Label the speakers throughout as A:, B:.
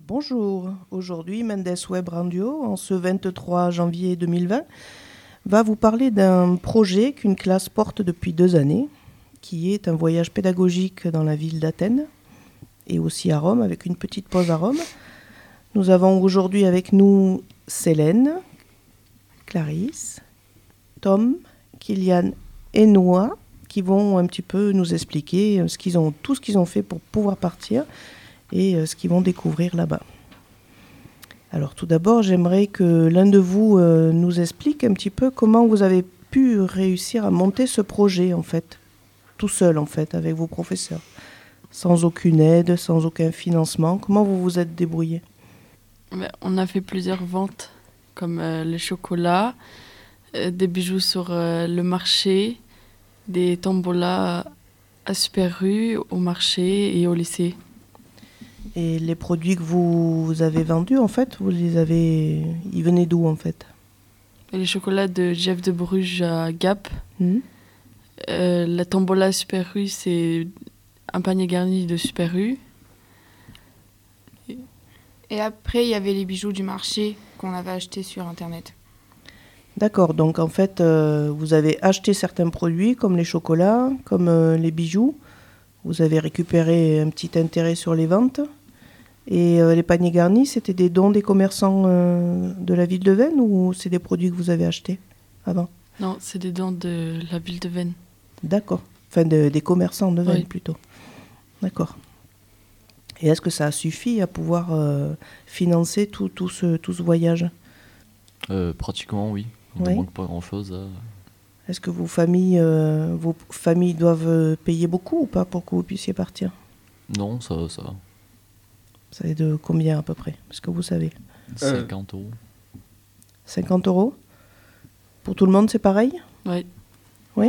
A: Bonjour, aujourd'hui Mendes Web Radio, en ce 23 janvier 2020, va vous parler d'un projet qu'une classe porte depuis deux années, qui est un voyage pédagogique dans la ville d'Athènes et aussi à Rome, avec une petite pause à Rome. Nous avons aujourd'hui avec nous Célène, Clarisse, Tom, Kylian et Noah, qui vont un petit peu nous expliquer ce qu'ils ont, tout ce qu'ils ont fait pour pouvoir partir et euh, ce qu'ils vont découvrir là-bas. Alors tout d'abord, j'aimerais que l'un de vous euh, nous explique un petit peu comment vous avez pu réussir à monter ce projet en fait, tout seul en fait, avec vos professeurs, sans aucune aide, sans aucun financement. Comment vous vous êtes débrouillé
B: On a fait plusieurs ventes, comme euh, les chocolats, euh, des bijoux sur euh, le marché, des tombolas à Super Rue, au marché et au lycée.
A: Et les produits que vous avez vendus, en fait, vous les avez. Ils venaient d'où, en fait
B: Les chocolats de Jeff de Bruges à Gap. Mmh. Euh, la tombola Super U, c'est un panier garni de Super U.
C: Et après, il y avait les bijoux du marché qu'on avait achetés sur Internet.
A: D'accord, donc en fait, euh, vous avez acheté certains produits comme les chocolats, comme euh, les bijoux. Vous avez récupéré un petit intérêt sur les ventes. Et euh, les paniers garnis, c'était des dons des commerçants euh, de la ville de Vennes ou c'est des produits que vous avez achetés avant
B: Non, c'est des dons de la ville de Vennes.
A: D'accord. Enfin, de, des commerçants de Vennes oui. plutôt. D'accord. Et est-ce que ça a suffi à pouvoir euh, financer tout, tout, ce, tout ce voyage
D: Euh, Pratiquement, oui. On ne oui. manque pas grand-chose. euh, À...
A: Est-ce que vos familles, euh, vos familles doivent euh, payer beaucoup ou pas pour que vous puissiez partir
D: Non, ça, ça va.
A: Ça est de combien à peu près Est-ce que vous savez
D: 50 euros.
A: 50 euros Pour tout le monde, c'est pareil
B: Oui.
A: Oui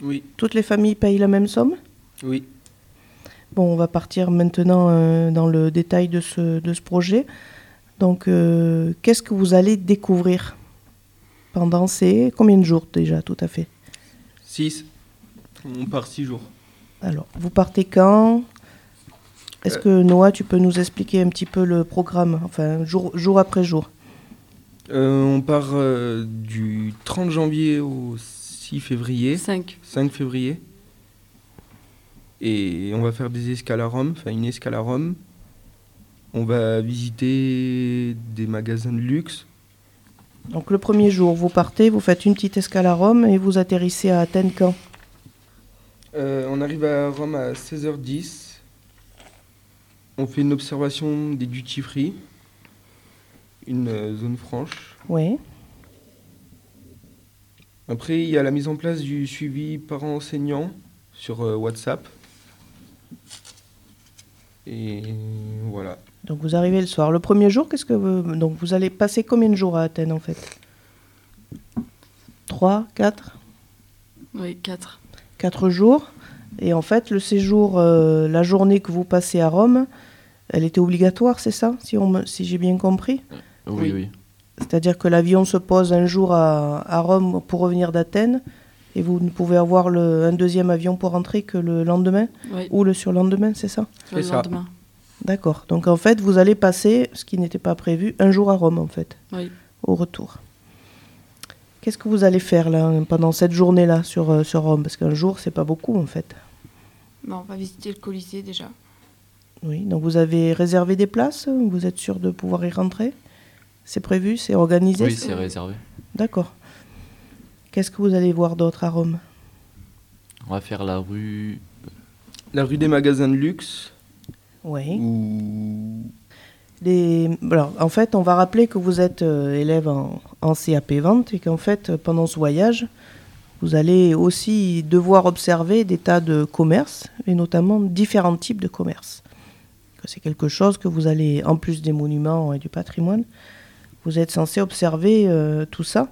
E: Oui.
A: Toutes les familles payent la même somme
E: Oui.
A: Bon, on va partir maintenant euh, dans le détail de ce, de ce projet. Donc, euh, qu'est-ce que vous allez découvrir pendant ces... Combien de jours déjà, tout à fait
E: 6. On part 6 jours.
A: Alors, vous partez quand est-ce que Noah, tu peux nous expliquer un petit peu le programme, enfin jour, jour après jour
E: euh, On part euh, du 30 janvier au 6 février.
B: 5.
E: 5 février. Et on va faire des escales à Rome, enfin une escale à Rome. On va visiter des magasins de luxe.
A: Donc le premier jour, vous partez, vous faites une petite escale à Rome et vous atterrissez à Athènes quand
E: euh, On arrive à Rome à 16h10 on fait une observation des duty free, une euh, zone franche.
A: Oui.
E: Après, il y a la mise en place du suivi parent-enseignant sur euh, WhatsApp. Et voilà.
A: Donc vous arrivez le soir. Le premier jour, qu'est-ce que vous... donc vous allez passer combien de jours à Athènes en fait 3, 4
B: Oui, 4.
A: 4 jours. Et en fait, le séjour, euh, la journée que vous passez à Rome, elle était obligatoire, c'est ça Si, on, si j'ai bien compris
D: Oui, oui. oui.
A: C'est-à-dire que l'avion se pose un jour à, à Rome pour revenir d'Athènes, et vous ne pouvez avoir le, un deuxième avion pour rentrer que le lendemain
B: oui.
A: Ou le surlendemain, c'est ça
B: Sur Le lendemain.
A: D'accord. Donc en fait, vous allez passer, ce qui n'était pas prévu, un jour à Rome, en fait,
B: oui.
A: au retour. Qu'est-ce que vous allez faire là pendant cette journée-là sur, euh, sur Rome Parce qu'un jour, c'est pas beaucoup en fait.
C: Bon, on va visiter le Colisée déjà.
A: Oui, donc vous avez réservé des places Vous êtes sûr de pouvoir y rentrer C'est prévu C'est organisé
D: Oui, c'est réservé.
A: D'accord. Qu'est-ce que vous allez voir d'autre à Rome
D: On va faire la rue.
E: La rue des magasins de luxe.
A: Oui.
E: Où...
A: Les... Alors, en fait, on va rappeler que vous êtes euh, élève en, en, CAP vente et qu'en fait, euh, pendant ce voyage, vous allez aussi devoir observer des tas de commerces et notamment différents types de commerces. Que c'est quelque chose que vous allez, en plus des monuments et du patrimoine, vous êtes censé observer euh, tout ça.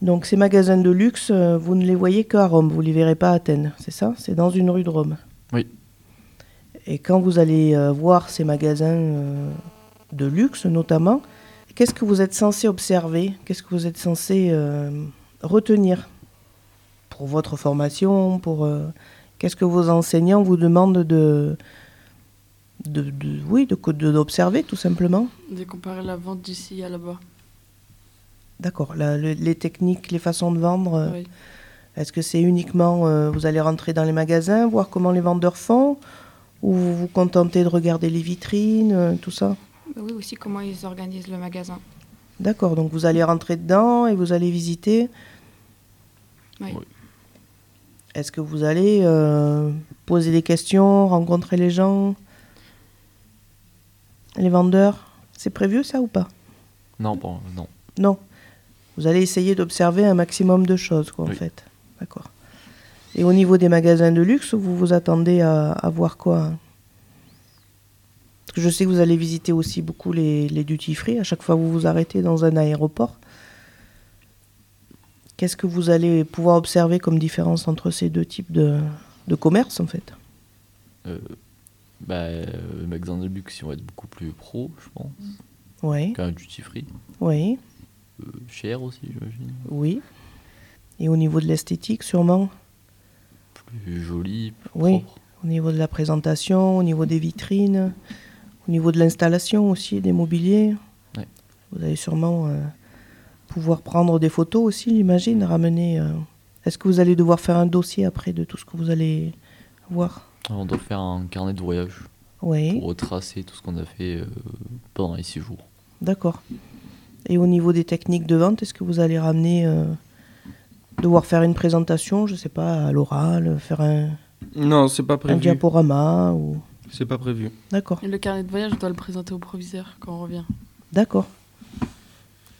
A: Donc, ces magasins de luxe, euh, vous ne les voyez qu'à Rome, vous ne les verrez pas à Athènes, c'est ça C'est dans une rue de Rome.
D: Oui.
A: Et quand vous allez euh, voir ces magasins euh, de luxe notamment, qu'est-ce que vous êtes censé observer Qu'est-ce que vous êtes censé euh, retenir pour votre euh, formation pour Qu'est-ce que vos enseignants vous demandent de, de, de- oui, de co- de- d'observer tout simplement.
B: De comparer la vente d'ici à là-bas.
A: D'accord. la- le- les techniques, les façons de vendre. euh,
B: Oui.
A: Est-ce que c'est uniquement euh, vous allez rentrer dans les magasins, voir comment les vendeurs font, ou vous vous contentez de regarder les vitrines, euh, tout ça
C: Bah oui, aussi comment ils organisent le magasin.
A: D'accord. Donc vous allez rentrer dedans et vous allez visiter.
C: Oui.
D: Oui.
A: Est-ce que vous allez euh, poser des questions, rencontrer les gens, les vendeurs C'est prévu ça ou pas
D: Non, bon, non.
A: Non. Vous allez essayer d'observer un maximum de choses, quoi, en
D: Oui.
A: fait. D'accord. Et au niveau des magasins de luxe, vous vous attendez à, à voir quoi hein Parce que je sais que vous allez visiter aussi beaucoup les, les duty-free. À chaque fois que vous vous arrêtez dans un aéroport, qu'est-ce que vous allez pouvoir observer comme différence entre ces deux types de, de commerce, en fait
D: Euh, bah, euh, le magasin de luxe, ils vont être beaucoup plus pro, je pense,
A: Mm. Oui,
D: qu'un duty free.
A: oui,
D: Euh, cher aussi, j'imagine.
A: oui. Et au niveau de l'esthétique, sûrement
D: Plus joli, plus
A: Oui.
D: propre.
A: Au niveau de la présentation, au niveau des vitrines, au niveau de l'installation aussi, des mobiliers.
D: Ouais.
A: Vous allez sûrement euh, pouvoir prendre des photos aussi, j'imagine, ramener. euh, Est-ce que vous allez devoir faire un dossier après de tout ce que vous allez voir
D: On doit faire un carnet de voyage
A: Oui,
D: pour retracer tout ce qu'on a fait euh, pendant les six jours.
A: d'accord. Et au niveau des techniques de vente, est-ce que vous allez ramener, euh, devoir faire une présentation, je ne sais pas, à l'oral, faire un,
E: Non, c'est pas
A: un
E: prévu.
A: diaporama ou...
E: C'est pas prévu.
A: D'accord.
B: Et le carnet de voyage, on doit le présenter au proviseur quand on revient.
A: D'accord.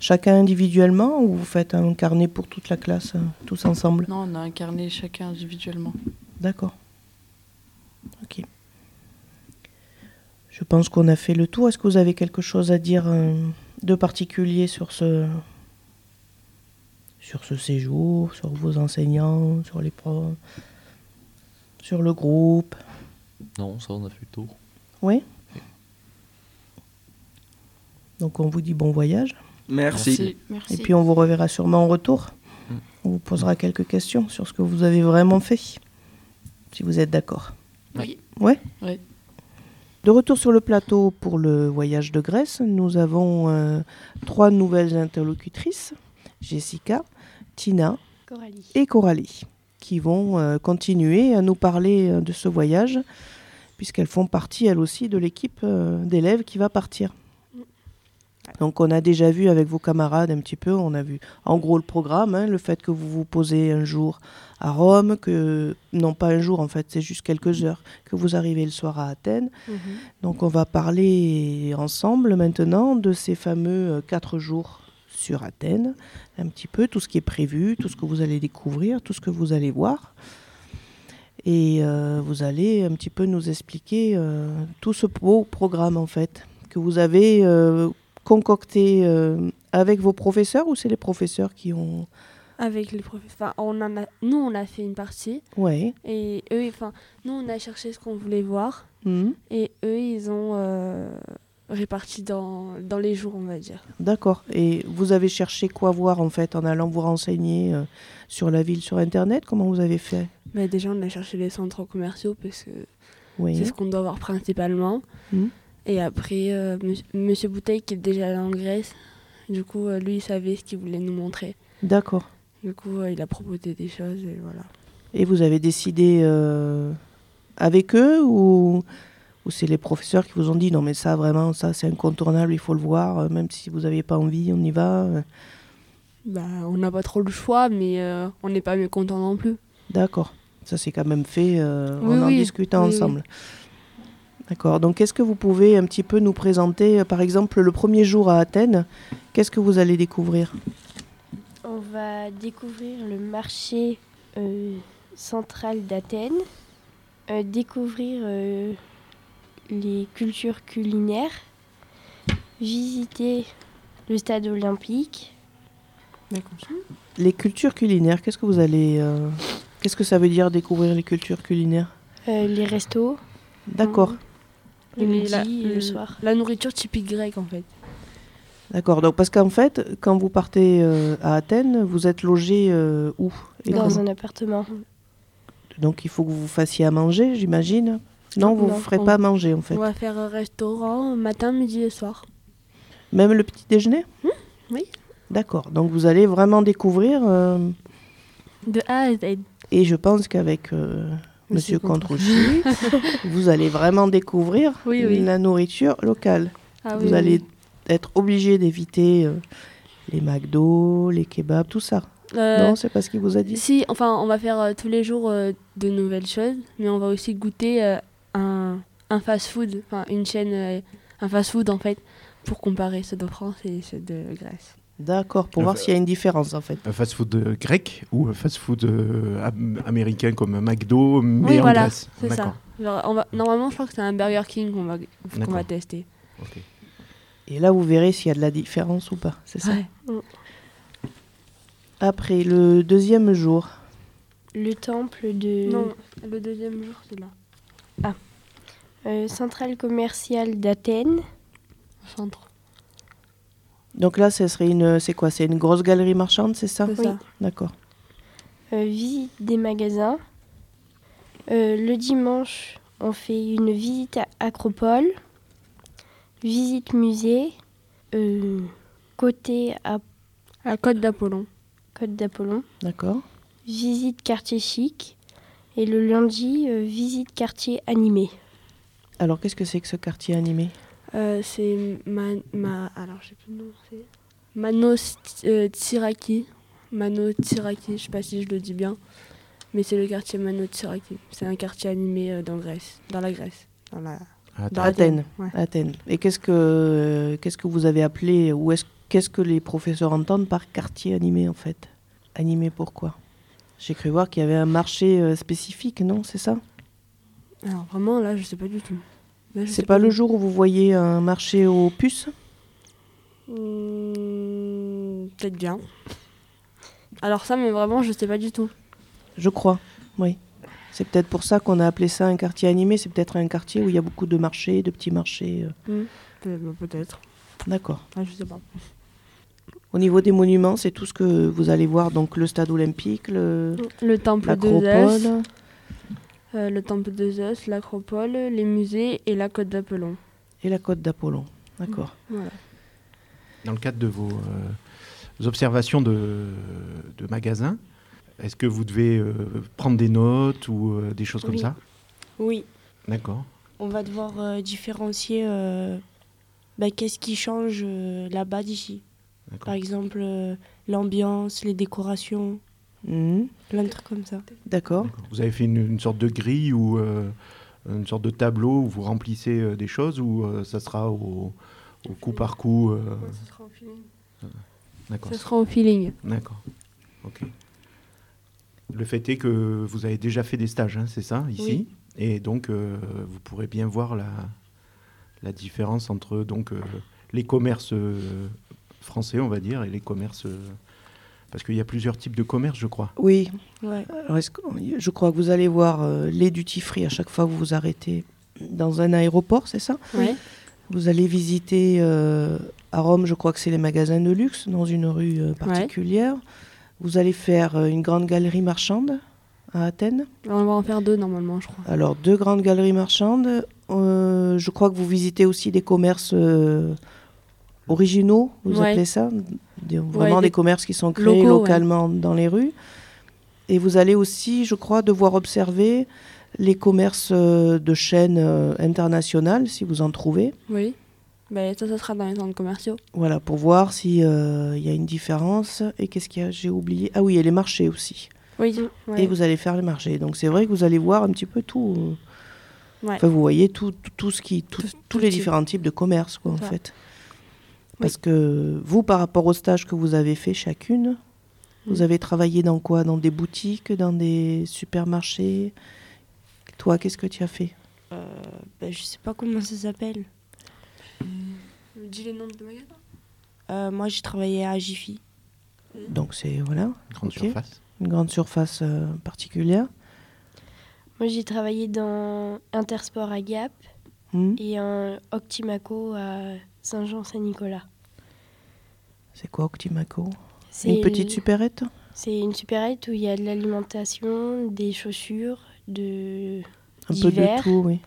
A: Chacun individuellement ou vous faites un carnet pour toute la classe, euh, tous ensemble
B: Non, on a un carnet chacun individuellement.
A: D'accord. Ok. Je pense qu'on a fait le tour. Est-ce que vous avez quelque chose à dire euh, de particulier sur ce sur ce séjour, sur vos enseignants, sur les profs, sur le groupe
D: Non, ça, on a fait le tour.
A: Oui Donc on vous dit bon voyage.
E: Merci.
C: Merci.
A: Et puis on vous reverra sûrement en retour.
D: Mm.
A: On vous posera quelques questions sur ce que vous avez vraiment fait, si vous êtes d'accord.
C: Oui.
A: Ouais
B: Oui.
A: De retour sur le plateau pour le voyage de Grèce, nous avons euh, trois nouvelles interlocutrices, Jessica, Tina
F: Coralie.
A: et Coralie, qui vont euh, continuer à nous parler euh, de ce voyage, puisqu'elles font partie, elles aussi, de l'équipe euh, d'élèves qui va partir. Donc on a déjà vu avec vos camarades un petit peu, on a vu en gros le programme, hein, le fait que vous vous posez un jour à Rome, que non pas un jour en fait, c'est juste quelques heures, que vous arrivez le soir à Athènes. Donc on va parler ensemble maintenant de ces fameux euh, quatre jours sur Athènes, un petit peu tout ce qui est prévu, tout ce que vous allez découvrir, tout ce que vous allez voir. Et euh, vous allez un petit peu nous expliquer euh, tout ce beau programme en fait que vous avez euh, concocté euh, avec vos professeurs ou c'est les professeurs qui ont...
F: Avec les professeurs. Enfin, on en a... Nous, on a fait une partie.
A: Ouais.
F: Et eux, enfin, nous, on a cherché ce qu'on voulait voir.
A: Mhm.
F: Et eux, ils ont euh, réparti dans, dans les jours, on va dire.
A: D'accord. Et vous avez cherché quoi voir en fait en allant vous renseigner euh, sur la ville sur Internet Comment vous avez fait
F: Mais Bah, déjà, on a cherché les centres commerciaux parce que
A: Oui.
F: c'est ce qu'on doit voir principalement.
A: Mhm.
F: Et après, euh, mus- Monsieur Bouteille, qui est déjà allé en Grèce, du coup, euh, lui, il savait ce qu'il voulait nous montrer.
A: D'accord.
F: Du coup, euh, il a proposé des choses et voilà.
A: Et vous avez décidé euh, avec eux ou, ou c'est les professeurs qui vous ont dit non mais ça vraiment ça c'est incontournable, il faut le voir, euh, même si vous n'aviez pas envie, on y va. euh.
F: Bah, on n'a pas trop le choix, mais euh, on n'est pas mécontent non plus.
A: D'accord. Ça c'est quand même fait euh,
F: Oui,
A: en en
F: oui.
A: discutant
F: Oui, oui.
A: ensemble. D'accord. Donc est-ce que vous pouvez un petit peu nous présenter euh, par exemple le premier jour à Athènes, qu'est-ce que vous allez découvrir
G: On va découvrir le marché euh, central d'Athènes, euh, découvrir euh, les cultures culinaires, visiter le stade olympique.
A: Les cultures culinaires, qu'est-ce que vous allez euh, qu'est-ce que ça veut dire découvrir les cultures culinaires
G: Euh, les restos,
A: D'accord.
F: Mais
G: le midi
F: la-
G: et le soir.
F: La nourriture typique grecque, en fait.
A: D'accord, donc parce qu'en fait, quand vous partez euh, à Athènes, vous êtes logé euh, où Et
G: dans
A: comment
G: un appartement.
A: Donc il faut que vous vous fassiez à manger, j'imagine, Non, vous ne
F: Non,
A: vous ferez
F: on-
A: pas manger en fait.
F: On va faire euh, restaurant matin, midi et soir.
A: Même le petit déjeuner
F: Hmm, oui.
A: D'accord. Donc vous allez vraiment découvrir. euh,
F: De A à Z.
A: et je pense qu'avec euh, Monsieur
F: Monsieur
A: Controuchy, vous allez vraiment découvrir
F: Oui, oui.
A: la nourriture locale.
F: Ah
A: vous
F: oui,
A: allez
F: oui.
A: être obligé d'éviter euh, les McDo, les kebabs, tout ça.
F: Euh,
A: Non, c'est pas ce qu'il vous a dit.
F: Si, enfin, on va faire euh, tous les jours euh, de nouvelles choses, mais on va aussi goûter euh, un, un fast-food, enfin une chaîne, euh, un fast-food en fait, pour comparer ceux de France et ceux de Grèce.
A: D'accord, pour
H: Enfin,
A: voir s'il y a une différence en fait.
H: Un fast-food euh, grec ou un fast-food euh, am- américain comme McDo, mais
F: oui,
H: en
F: voilà,
H: Grèce.
F: c'est ça.
H: D'accord.
F: Genre, on va- normalement, je crois que c'est un Burger King qu'on va, qu'on va
H: D'accord.
F: tester.
H: Ok.
A: Et là, vous verrez s'il y a de la différence ou pas. C'est ça.
F: Ouais.
A: Après le deuxième jour,
G: Le temple de
F: Non, le deuxième jour, c'est là.
G: euh, centrale commerciale d'Athènes.
F: Centre.
A: donc là, ce serait une, c'est quoi C'est une grosse galerie marchande, c'est ça
F: C'est ça.
A: D'accord.
G: Euh, visite des magasins. Euh, le dimanche, on fait une visite à Acropole, visite musée, euh, côté à
F: À Côte d'Apollon.
G: Côte d'Apollon,
A: D'accord.
G: visite quartier chic, et le lundi, euh, visite quartier animé.
A: Alors, qu'est-ce que c'est que ce quartier animé
F: Euh, c'est ma, ma. Alors, je sais plus le nom. c'est- Manos euh, Tsiraki. Mano Tsiraki, je sais pas si je le dis bien. Mais c'est le quartier Mano Tsiraki. C'est un quartier animé euh, dans, Grèce, dans la Grèce. Dans, la,
H: Ah,
F: dans
A: Athènes.
F: ouais.
A: Athènes. Et qu'est-ce que qu'est-ce que vous avez appelé ou est-ce qu'est-ce que les professeurs entendent par quartier animé en fait Animé pourquoi J'ai cru voir qu'il y avait un marché euh, spécifique, non C'est ça
F: Alors, vraiment, là, je sais pas du tout. Là, je sais
A: C'est pas le jour où vous voyez un marché aux puces
F: Hmm, Peut-être bien. Alors, ça, mais vraiment, je sais pas du tout.
A: Je crois. Oui. C'est peut-être pour ça qu'on a appelé ça un quartier animé. C'est peut-être un quartier où il y a beaucoup de marchés, de petits marchés. euh.
F: Peut- Peut-être.
A: D'accord.
F: Ah, je sais pas.
A: Au niveau des monuments, c'est tout ce que vous allez voir. Donc le stade olympique, le-
F: Le temple de Zeus.
A: l'acropole.
F: Euh, le temple de Zeus, l'acropole, les musées et la côte d'Apollon.
A: et la côte d'Apollon. D'accord.
F: Voilà.
H: Dans le cadre de vos euh, observations de, de magasins, est-ce que vous devez euh, prendre des notes ou euh, des choses comme
I: Oui.
H: ça
I: Oui,
H: D'accord.
I: on va devoir euh, différencier euh, bah, qu'est-ce qui change euh, là-bas d'ici.
H: d'accord.
I: Par exemple, euh, l'ambiance, les décorations,
A: Mhm.
I: plein de trucs comme ça.
A: D'accord.
H: D'accord. Vous avez fait une, une sorte de grille ou euh, une sorte de tableau où vous remplissez euh, des choses ou euh, ça sera au, au coup par coup euh,
F: Ce sera au feeling.
H: D'accord.
F: au feeling.
H: D'accord. Ok. Le fait est que vous avez déjà fait des stages, hein, c'est ça, ici Et donc, euh, vous pourrez bien voir la, la différence entre donc, euh, les commerces euh, français, on va dire, et les commerces... euh, parce qu'il y a plusieurs types de commerces, je crois.
A: Oui.
I: Ouais.
A: Alors, est-ce que- je crois que vous allez voir euh, les duty free à chaque fois que vous vous arrêtez dans un aéroport, c'est ça
F: Oui.
A: Vous allez visiter euh, à Rome, je crois que c'est les magasins de luxe dans une rue euh, particulière. Vous allez faire euh, une grande galerie marchande à Athènes.
F: On va en faire deux normalement, je crois.
A: Alors deux grandes galeries marchandes. Euh, je crois que vous visitez aussi des commerces euh, originaux, vous
F: Ouais.
A: appelez ça Des- Vraiment
F: des
A: des commerces qui sont créés
F: locaux, ouais.
A: localement dans les rues. Et vous allez aussi, je crois, devoir observer les commerces euh, de chaînes euh, internationales, si vous en trouvez.
F: Oui. Bah, ça, ça sera dans les centres commerciaux.
A: Voilà, pour voir s'il y a une différence. Et qu'est-ce qu'il y a J'ai oublié. Ah oui, et les marchés aussi.
F: Oui.
A: et vous allez faire les marchés. Donc c'est vrai que vous allez voir un petit peu tout. euh,
F: Ouais.
A: Enfin, vous voyez tout, tout, tout ce qui, tout-
F: Tout-
A: tous
F: tout
A: les
F: type.
A: différents types de commerce, quoi, en
F: Ça.
A: fait. Parce que vous, par rapport au stage que vous avez fait chacune, vous
F: Mm.
A: avez travaillé dans quoi Dans des boutiques, dans des supermarchés Toi, qu'est-ce que tu as fait
I: Euh, bah, je sais pas comment ça s'appelle.
F: Euh, Dis les noms de magasins.
I: Euh, moi, j'ai travaillé à Jiffy.
F: Mm.
A: Donc c'est, voilà,
H: Grande
A: Ok.
H: surface.
A: une grande surface euh, particulière.
G: Moi, j'ai travaillé dans Intersport à Gap
A: Hmm
G: et un Octimaco à Saint-Jean-Saint-Nicolas.
A: C'est quoi, Octimaco
G: C'est
A: Une petite supérette
G: C'est une supérette où il y a de l'alimentation, des chaussures, de
A: Un peu de
G: Divers.
A: tout, oui.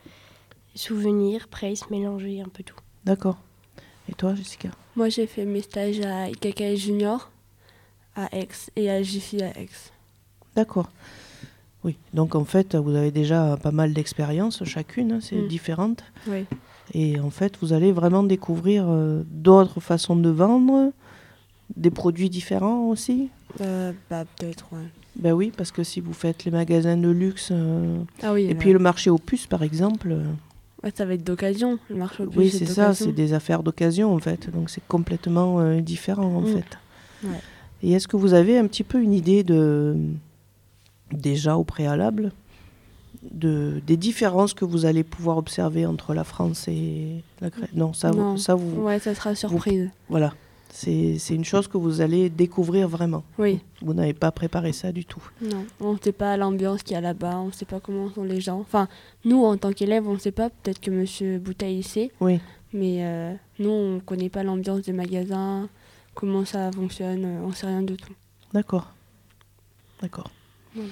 G: Souvenirs, presse, mélanger, un peu tout.
A: D'accord. Et toi, Jessica
F: Moi, j'ai fait mes stages à IKK Junior, à Aix et à Jiffy à Aix.
A: D'accord. Oui, donc en fait, vous avez déjà pas mal d'expériences chacune, hein, c'est
F: Mm.
A: différente.
F: Oui.
A: Et en fait, vous allez vraiment découvrir euh, d'autres façons de vendre, des produits différents aussi.
F: Euh, bah, peut-être, ouais.
A: Ben oui, parce que si vous faites les magasins de luxe euh,
F: Ah oui,
A: et puis le marché aux puces, par exemple, euh,
F: Ouais, ça va être d'occasion, le marché au
A: oui,
F: plus,
A: c'est ça,
F: d'occasion.
A: c'est des affaires d'occasion en fait, donc c'est complètement euh, différent en
F: Mm.
A: fait.
F: Ouais.
A: Et est-ce que vous avez un petit peu une idée de déjà au préalable de, des différences que vous allez pouvoir observer entre la France et la Grèce Non, ça, vous-
F: Non.
A: ça vous
F: Ouais, ça sera surprise.
A: voilà, c'est c'est une chose que vous allez découvrir vraiment.
F: Oui,
A: Vous n'avez pas préparé ça du tout.
F: non. On ne sait pas l'ambiance qu'il y a là-bas, on ne sait pas comment sont les gens. Enfin, nous, en tant qu'élèves, on ne sait pas. Peut-être que Monsieur Bouteille sait.
A: Oui.
F: Mais euh, nous, on ne connaît pas l'ambiance des magasins, comment ça fonctionne, euh, on ne sait rien de tout.
A: D'accord, d'accord.
F: Voilà.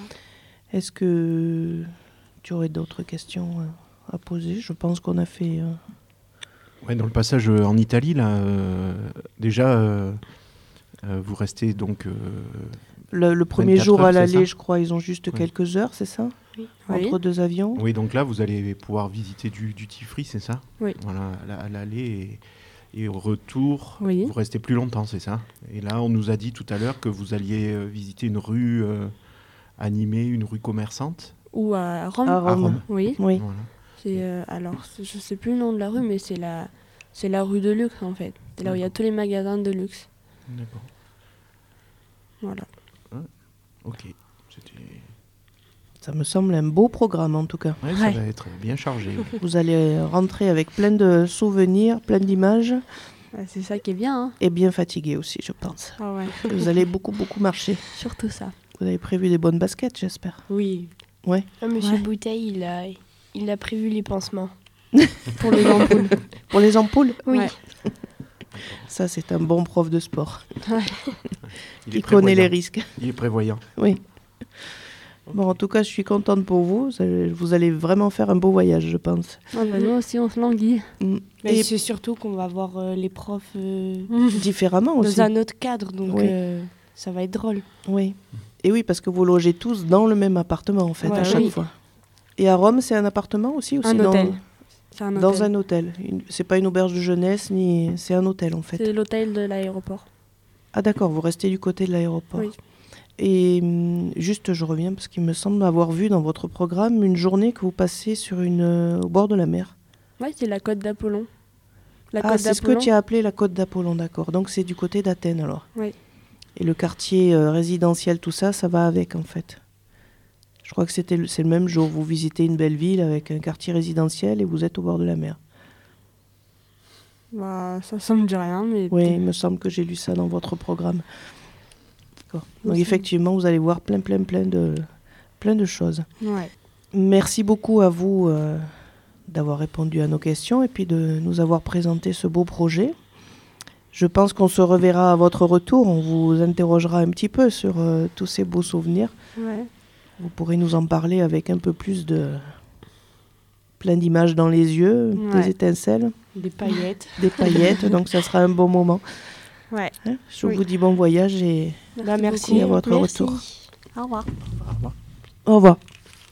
A: Est-ce que tu aurais d'autres questions euh, à poser Je pense qu'on a fait. euh,
H: Ouais, dans le passage euh, en Italie, là, euh, déjà, euh, euh, vous restez donc. euh,
A: Le, le premier
H: 24
A: jour à
H: heures, c'est ça
A: l'aller, je crois, ils ont juste
H: Ouais.
A: quelques heures, c'est ça Entre deux avions
H: Oui, donc là, vous allez pouvoir visiter du duty free, c'est ça
F: Oui.
H: Voilà, à la- à l'aller et, et au retour,
F: Oui.
H: vous restez plus longtemps, c'est ça Et là, on nous a dit tout à l'heure que vous alliez euh, visiter une rue euh, animée, une rue commerçante
F: Ou à Rome.
A: à
H: à
A: Rome.
H: Rome.
F: Oui.
A: Oui,
H: Voilà.
F: C'est euh, alors, c'est- je sais plus le nom de la rue, mais c'est la, c'est la rue de luxe en fait. C'est là où il y a tous les magasins de luxe.
H: D'accord.
F: Voilà.
H: Ok. C'était-
A: ça me semble un beau programme en tout cas.
H: Ouais, Ça
F: Ouais.
H: va être bien chargé. ouais.
A: Vous allez rentrer avec plein de souvenirs, plein d'images
F: Ah, c'est ça qui est bien. Hein.
A: et bien fatigué aussi, je pense.
F: Ah ouais.
A: Vous allez beaucoup, beaucoup marcher.
F: Surtout ça.
A: Vous avez prévu des bonnes baskets, j'espère.
I: Oui.
G: Ah, Monsieur
F: Ouais.
G: Bouteille, il a, il a prévu les pansements.
F: Pour les ampoules.
A: Pour les ampoules,
G: Oui.
F: Ouais.
A: ça c'est un bon prof de sport.
H: Il, est
A: Il connaît les
H: prévoyant.
A: risques.
H: Il est prévoyant.
A: Oui. Bon, en tout cas, je suis contente pour vous. Ça- Vous allez vraiment faire un beau voyage, je pense.
F: Ah bah, nous aussi, on se languit.
A: Mm.
I: Mais
A: Et
I: c'est surtout qu'on va voir euh, les profs euh,
A: différemment aussi.
I: dans un autre cadre, donc
A: Oui.
I: euh, ça va être drôle.
A: Oui. Et oui, parce que vous logez tous dans le même appartement, en fait,
I: Ouais,
A: à chaque
I: oui.
A: fois. Et à Rome, c'est un appartement aussi, ou
F: Un
A: c'est dans-
F: hôtel. C'est un hôtel.
A: Dans un hôtel. Une- C'est pas une auberge de jeunesse, ni c'est un hôtel, en fait.
F: C'est l'hôtel de l'aéroport.
A: Ah d'accord, vous restez du côté de l'aéroport.
F: Oui.
A: Et hum, juste, je reviens, parce qu'il me semble avoir vu dans votre programme une journée que vous passez sur une, euh, au bord de la mer.
F: Ouais, c'est la côte d'Apollon. La
A: ah,
F: côte
A: c'est ce que
F: d'Apollon.
A: tu as appelé la côte d'Apollon, d'accord. Donc c'est du côté d'Athènes, alors.
F: Oui.
A: Et le quartier euh, résidentiel, tout ça, ça va avec, en fait. Je crois que c'était le- c'est le même jour. Vous visitez une belle ville avec un quartier résidentiel et vous êtes au bord de la mer.
F: Bah, ça, ça me dit rien, mais.
A: Oui, il
F: peut-être-
A: me semble que j'ai lu ça dans votre programme. D'accord. Donc
F: Oui.
A: effectivement, vous allez voir plein, plein, plein de, plein de choses.
F: Ouais.
A: Merci beaucoup à vous euh, d'avoir répondu à nos questions et puis de nous avoir présenté ce beau projet. Je pense qu'on se reverra à votre retour. On vous interrogera un petit peu sur euh, tous ces beaux souvenirs.
F: Ouais.
A: Vous pourrez nous en parler avec un peu plus de plein d'images dans les yeux,
F: Ouais.
A: des étincelles,
I: Des paillettes.
A: des paillettes. donc ça sera un bon moment.
F: Ouais.
A: Hein Je
F: Oui.
A: vous dis bon voyage et
I: Bah, merci
A: à votre
G: Merci.
A: retour.
F: Au revoir.
A: Au revoir.